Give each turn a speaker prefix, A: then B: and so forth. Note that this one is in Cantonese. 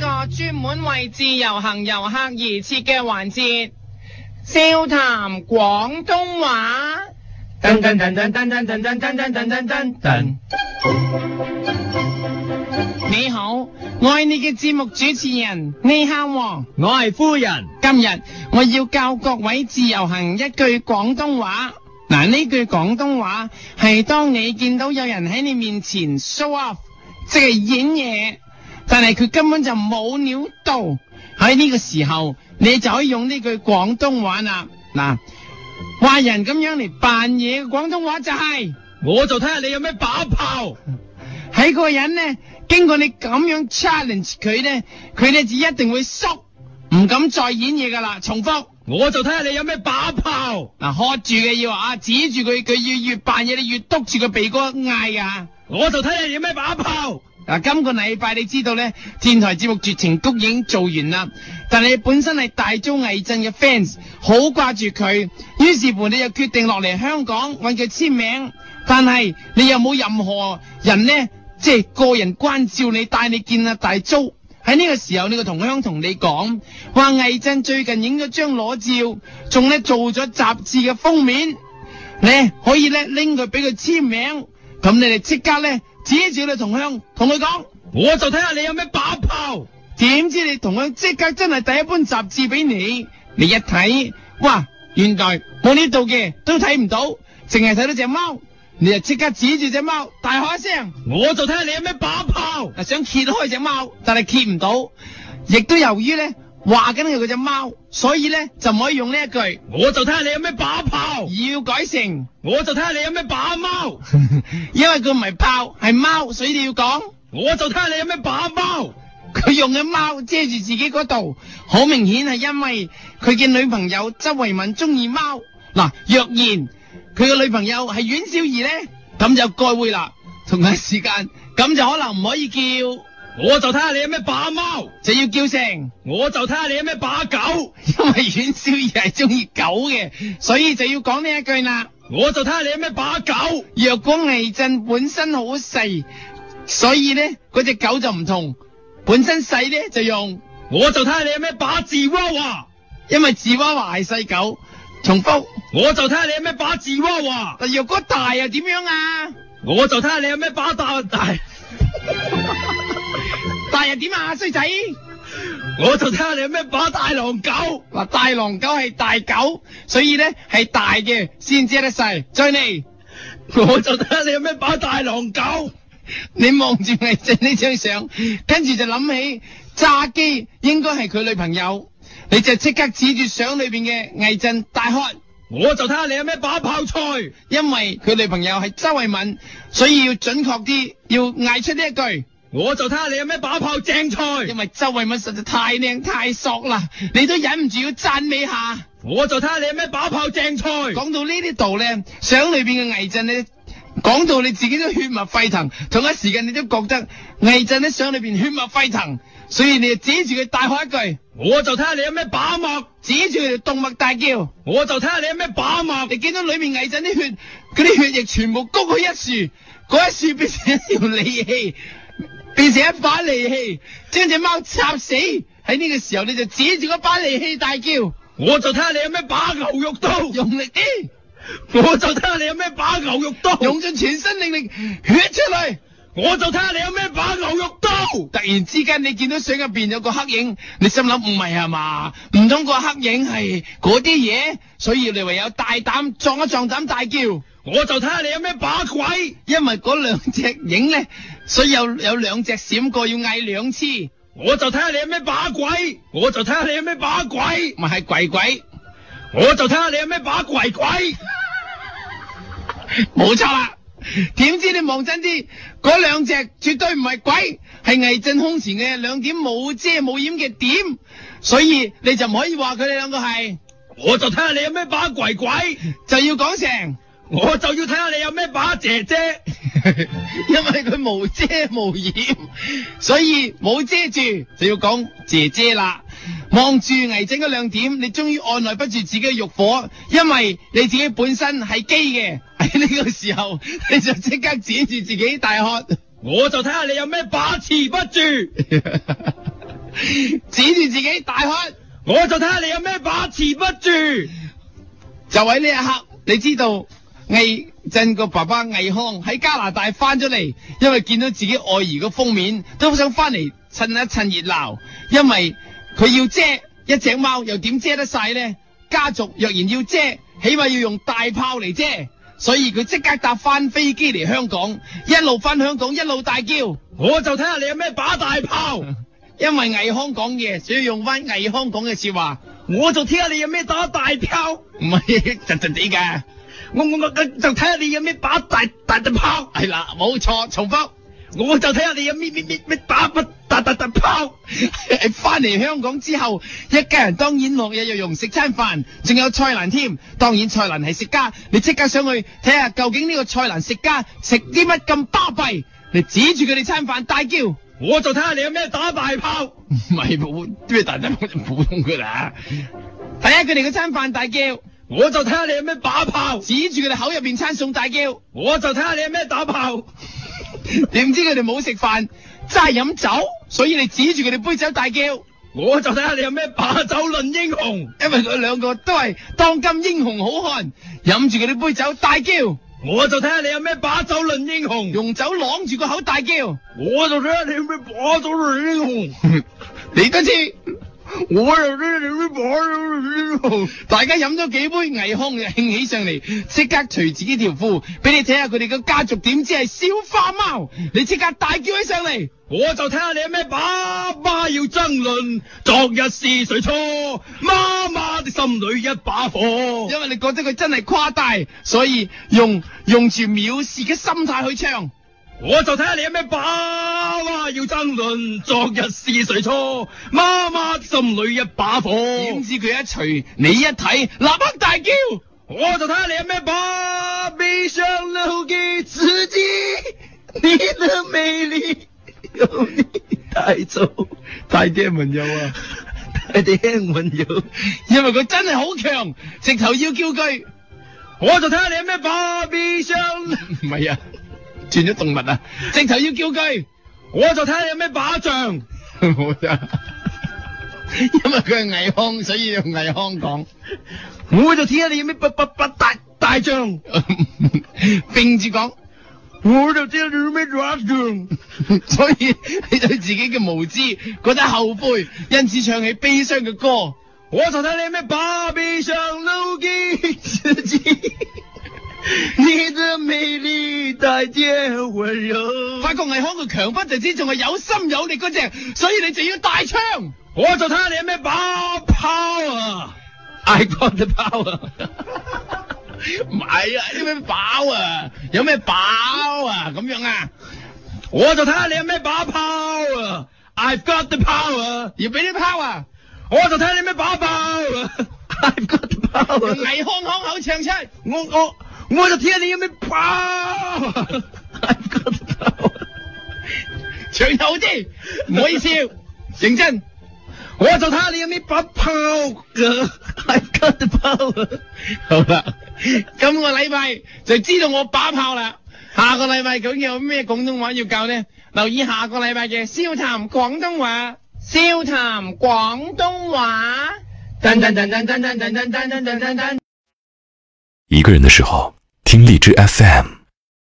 A: 個專門為自由行遊客而設嘅環節，笑談廣東話。
B: 噔噔噔噔噔噔噔噔噔噔噔噔噔。
A: 你好，我係你嘅節目主持人，你好喎。
B: 我係夫人，
A: 今日我要教各位自由行一句廣東話。嗱，呢句廣東話係當你見到有人喺你面前 show off，即係演嘢，但係佢根本就冇料到。喺呢個時候，你就可以用呢句廣東話啦。嗱，話人咁樣嚟扮嘢嘅廣東話就係、
B: 我就睇下你有咩把炮。
A: 喺個人咧，經過你咁樣 challenge 佢咧，佢咧就一定會縮，唔敢再演嘢噶啦。重複。
B: 我就睇下你有咩把炮。
A: 嗱，喝住嘅要啊，指住佢，佢要越扮嘢，你越督住個鼻哥嗌噶。
B: 我就睇下你有咩把炮。
A: 嗱，今個禮拜你知道咧，電台節目《絕情谷》已經做完啦，但係你本身係大鐘藝陣嘅 fans，好掛住佢，於是乎你就決定落嚟香港揾佢簽名，但係你又冇任何人呢，即係個人關照你，帶你見啊大鐘。喺呢個時候，你個同鄉同你講話，魏振最近影咗張裸照，仲咧做咗雜誌嘅封面，你可以咧拎佢俾佢簽名，咁你哋即刻咧指住你同鄉同佢講，
B: 我就睇下你有咩把炮。
A: 點知你同鄉即刻真係遞一本雜誌俾你，你一睇，哇，原來我呢度嘅都睇唔到，淨係睇到隻貓，你就即刻指住隻貓大喝一聲。
B: 我就睇下你有咩把炮。
A: 嗱，想揭開隻貓，但係揭唔到，亦都由於咧話緊佢嗰隻貓，所以咧就唔可以用呢一句，
B: 我就睇下你有咩把炮。
A: 要改成，
B: 我就睇下你有咩把貓。
A: 因為佢唔係豹係貓，所以你要講
B: 我就睇下你有咩把貓。
A: 佢用嘅貓遮住自己嗰度，好明顯係因為佢嘅女朋友周慧敏中意貓。嗱，若然佢嘅女朋友係阮小儀咧，咁就該會啦。同一時間咁就可能唔可以叫，
B: 我就睇下你有咩把貓。
A: 就要叫成。
B: 我就睇下你有咩把狗。
A: 因為阮小儀係中意狗嘅，所以就要講呢一句啦。
B: 我就睇下你有咩把狗。
A: 若果魏震本身好細，所以呢嗰只狗就唔同。本身細呢就用，
B: 我就睇下你有咩把字娃娃。
A: 因為芝娃娃係細狗。重複，
B: 我就睇下你有咩把字娃娃。
A: 啊但若果大又點樣啊？
B: 我就睇下你有咩把大大。
A: 大又點啊，衰仔？
B: 我就睇下你有咩把大狼狗。
A: 嗱，大狼狗係大狗，所以呢係大嘅先知得細。再嚟，
B: 我就睇下你有咩把大狼狗。
A: 你望住魏震呢張相，跟住就諗起炸機應該係佢女朋友，你就即刻指住相裏邊嘅魏震大喝，
B: 我就睇下你有咩把泡菜。
A: 因為佢女朋友係周慧敏，所以要準確啲，要嗌出呢一句，
B: 我就睇下你有咩把炮正菜。
A: 因為周慧敏實在太靚太索啦，你都忍唔住要讚美下。
B: 我就睇下你有咩把炮正菜。
A: 講到呢啲度咧，相裏邊嘅魏震咧。講到你自己都血脈沸騰，同一時間你都覺得魏震喺相裏邊血脈沸騰，所以你就指住佢大喝一句，
B: 我就睇下你有咩把脈。
A: 指住佢動脈大叫。啊
B: 我就睇下你有咩把脈。
A: 你見到裏面魏震啲血，嗰啲血液全部谷去一樹，嗰一樹變成一條利器，變成一把利器，將隻貓插死。喺呢個時候你就指住嗰把利器大叫，
B: 我就睇下你有咩把牛肉刀。
A: 用力啲，
B: 我就睇下你有咩把牛肉刀。
A: 用盡全身力力，血出嚟。
B: 我就睇下你有咩把牛肉刀。
A: 突然之間，你見到水入邊有個黑影，你心諗唔係啊嘛？唔通個黑影係嗰啲嘢？所以你唯有大膽撞一撞膽大叫，
B: 我就睇下你有咩把鬼。
A: 因為嗰兩隻影咧，所以有有兩隻閃過，要嗌兩次，
B: 我就睇下你有咩把鬼。我就睇下你有咩把鬼。
A: 咪係鬼鬼，
B: 我就睇下你有咩把鬼鬼。
A: 啊冇錯啦。點知你望真啲，嗰兩隻絕對唔係鬼，係魏震胸前嘅兩點冇遮冇掩嘅點，所以你就唔可以話佢哋兩個係，
B: 我就睇下你有咩把鬼鬼。
A: 就要講成。
B: 我就要睇下你有咩把姐姐。
A: 因為佢無遮無掩，所以冇遮住就要講姐姐啦。望住危整嗰兩點，你終於按捺不住自己嘅慾火，因為你自己本身係基嘅。 喺呢個時候，你就即刻指住自己大喝。
B: 我就睇下你有咩把持不住。
A: 指住自己大喝。
B: 我就睇下你有咩把持不住。
A: 就喺呢一刻，你知道魏振個爸爸魏康喺加拿大翻咗嚟，因為見到自己愛兒個封面，都好想翻嚟趁一趁熱鬧，因為佢要遮一隻貓，又點遮得晒呢？家族若然要遮，起碼要用大炮嚟遮，所以佢即刻搭翻飛機嚟香港，一路翻香港一路大叫。
B: 我就睇下你有咩把大炮。
A: 因為魏康講嘢，所以用翻魏康講嘅说話，
B: 我就睇下你有咩打大炮。
A: 唔係 窒窒地㗎。
B: 我我我就睇下你有咩把大大大炮。
A: 係啦，冇錯，重複。
B: 我就睇下你有咩咩咩咩把乜大大大炮。
A: 翻嚟香港之後，一家人當然落日又用食餐飯，仲有蔡蘭添。當然蔡蘭係食家，你即刻上去睇下究竟呢個蔡蘭食家食啲乜咁巴閉。你指住佢哋餐飯大叫，唔
B: 我就睇下你有咩打大炮。
A: 係普咩大大普通噶啦。睇下佢哋嘅餐飯大叫，
B: 我就睇下你有咩把炮。
A: 指住佢哋口入邊餐餸大叫。
B: 我就睇下你有咩打炮。
A: 點知佢哋冇食飯，齋飲酒，所以你指住佢哋杯酒大叫。
B: 我就睇下你有咩把酒論英雄。
A: 因為佢兩個都係當今英雄好漢，飲住佢哋杯酒大叫。
B: 我就睇下你有咩把酒論英雄。
A: 用酒啷住個口大叫，
B: 我就睇下你有咩把酒論英雄。
A: 你多次，
B: 我就睇下你有咩把酒論英雄。
A: 大家飲咗幾杯，危康就興起上嚟，即刻除自己條褲，俾你睇下佢哋嘅家族點知係小花貓，你即刻大叫起上嚟，
B: 我就睇下你有咩把把要爭論，昨日是誰錯？媽媽的心裏一把火。
A: 因為你覺得佢真係誇大，所以用用住藐視嘅心態去唱。
B: 我就睇下你有咩把把要爭論，昨日是誰錯？媽媽的心裏一把火。
A: 點知佢一除，你一睇，立刻大叫。
B: 我就睇下你有咩把悲傷留給自己，你的美麗由你帶走。
A: 大爹文友啊！
B: 你哋聽混咗，
A: 因為佢真係好強，直頭要叫佢
B: 我就睇下你有咩把悲傷，
A: 唔係啊，轉咗動物啊，直頭要叫佢。
B: 我就睇下你有咩把仗。
A: 冇得， 因為佢係魏康，所以用魏康講。
B: 我就睇下你有咩不不不大大仗，
A: 並住講，
B: 我就睇下你有咩打仗。
A: 所以你對自己嘅無知覺得後悔，因此唱起悲傷嘅歌。
B: 我就睇你有咩把臂上留給自己，你的美麗帶點温柔。
A: 發覺魏康佢強不就知，仲係有心有力嗰只，所以你就要大槍。
B: 我就睇下你有咩把炮啊！
A: I got the power 唔係啊，有咩飽啊？有咩飽啊？咁樣啊？
B: 我就睇下你有咩把炮啊！I've got the power，
A: 要俾啲拋啊！
B: 我就睇下你有咩把炮啊！I've got the
A: 用
B: power，
A: 危康腔口唱出，
B: 我我我就睇下你有咩炮啊！I've got the power，
A: 唱得好啲，唔可以笑，認真。
B: 我就睇下你有咩把炮啊！I've got the power。
A: 好啦，今個禮拜就知道我把炮啦。下個禮拜究竟有咩廣東話要教呢？留意下個禮拜嘅笑談廣東話，笑談廣東話。噔噔噔噔噔噔噔噔噔噔噔噔。
C: 一个人的时候，听荔枝 FM。